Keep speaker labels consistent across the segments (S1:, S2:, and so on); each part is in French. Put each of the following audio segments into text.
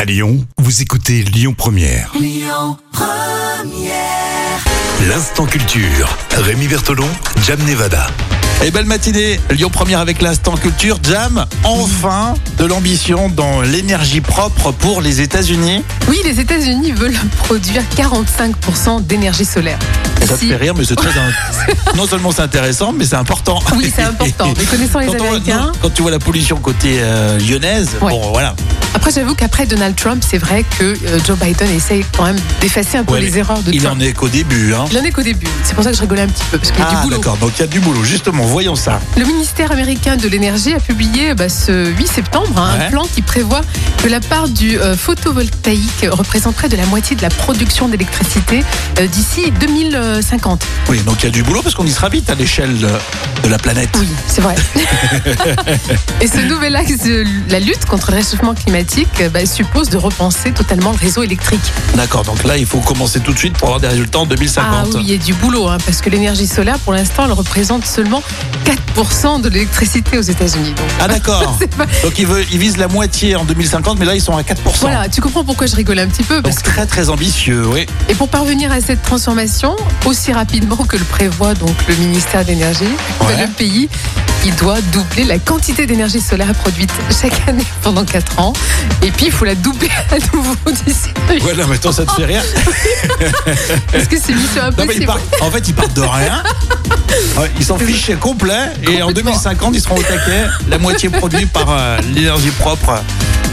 S1: À Lyon, vous écoutez Lyon Première. Lyon Première. L'instant culture. Rémi Bertolon, Jam Nevada.
S2: Et belle matinée, Lyon Première avec l'instant culture. Jam, enfin de l'ambition dans l'énergie propre pour les États-Unis.
S3: Oui, les États-Unis veulent produire 45% d'énergie solaire.
S2: Ça te
S3: Si-
S2: fait rire, mais c'est très. in- non seulement c'est intéressant, mais c'est important.
S3: Oui, c'est important. Mais connaissant les
S2: Quand, on-
S3: Américains.
S2: non, quand tu vois la pollution côté euh, lyonnaise,
S3: Ouais.
S2: bon voilà.
S3: Après, j'avoue qu'après Donald Trump, c'est vrai que euh, Joe Biden essaye quand même d'effacer un peu
S2: Ouais,
S3: les
S2: mais
S3: erreurs de
S2: Il
S3: Trump.
S2: en est qu'au début. Hein.
S3: Il en est qu'au début. C'est pour ça que je rigolais un petit peu, parce qu'il y a
S2: Ah
S3: du boulot.
S2: d'accord, donc il y a du boulot, justement, voyons ça.
S3: Le ministère américain de l'énergie a publié bah, ce 8 septembre hein,
S2: Ouais.
S3: un plan qui prévoit que la part du euh, photovoltaïque représenterait de la moitié de la production d'électricité euh, d'ici euh, 2050.
S2: Oui, donc il y a du boulot parce qu'on y sera vite à l'échelle de, de la planète.
S3: Oui, c'est vrai. Et ce nouvel axe de la lutte contre le réchauffement climatique euh, bah, suppose de repenser totalement le réseau électrique.
S2: D'accord, donc là il faut commencer tout de suite pour avoir des résultats en 2050.
S3: Ah oui, il y a du boulot, hein, parce que l'énergie solaire, pour l'instant, elle représente seulement 4% de l'électricité aux États-Unis. Donc,
S2: Ah, d'accord.
S3: c'est pas-
S2: Donc ils, veulent- ils visent la moitié en 2050, mais là ils sont à 4%.
S3: Voilà, tu comprends pourquoi je rigole un petit peu. Parce
S2: Donc
S3: que...
S2: très très ambitieux, oui.
S3: Et pour parvenir à cette transformation, aussi rapidement que le prévoit donc le ministère de l'énergie,
S2: Ouais.
S3: le pays il doit doubler la quantité d'énergie solaire produite chaque année pendant 4 ans. Et puis, il faut la doubler à nouveau d'ici.
S2: Voilà, mais attends, ça te fait rire.
S3: Parce que c'est mission
S2: Non, mais ils
S3: impossible.
S2: partent- en fait, ils partent de rien. Ouais, Ils s'en fichent complet. Et en
S3: Complètement.
S2: 2050, ils seront au taquet. La moitié produite par euh, l'énergie propre.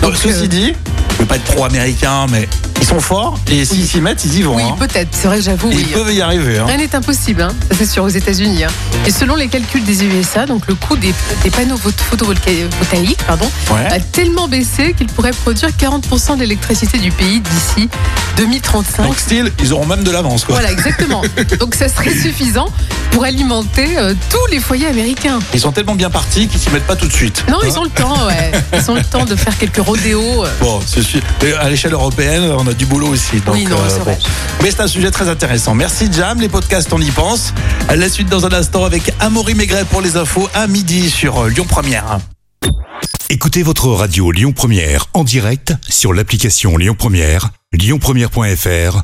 S2: Donc,
S3: Donc,
S2: ceci
S3: euh,
S2: dit, je veux pas être pro-américain, mais ils sont forts. Et s'ils
S3: Oui.
S2: s'y mettent, ils y vont.
S3: Oui,
S2: hein.
S3: peut-être. C'est vrai que j'avoue,
S2: Et
S3: oui.
S2: Ils peuvent y arriver. hein.
S3: Rien n'est impossible, hein. ça c'est sûr aux États-Unis. hein. Et selon les calculs des USA, donc le coût des, des panneaux photo- photovoltaïques pardon,
S2: Ouais.
S3: a tellement baissé qu'il pourrait produire 40% de l'électricité du pays d'ici 2035.
S2: Donc, style, ils auront même de l'avance. quoi.
S3: Voilà, exactement. Donc ça serait suffisant pour alimenter euh, tous les foyers américains.
S2: Ils sont tellement bien partis qu'ils s'y mettent pas tout de suite.
S3: Non,
S2: Hein
S3: ils ont le temps, ouais. Ils ont le temps de faire quelques rodéos. euh.
S2: Bon, ceci, mais à l'échelle européenne, on a du boulot aussi. Donc, euh,
S3: Oui, non, c'est vrai.
S2: Mais c'est un sujet très intéressant. Merci Jam, les podcasts, on y pense. La suite dans un instant avec Amaury Maigret pour les infos à midi sur euh, Lyon Première.
S1: Écoutez votre radio Lyon Première en direct sur l'application Lyon Première, lyonpremière.fr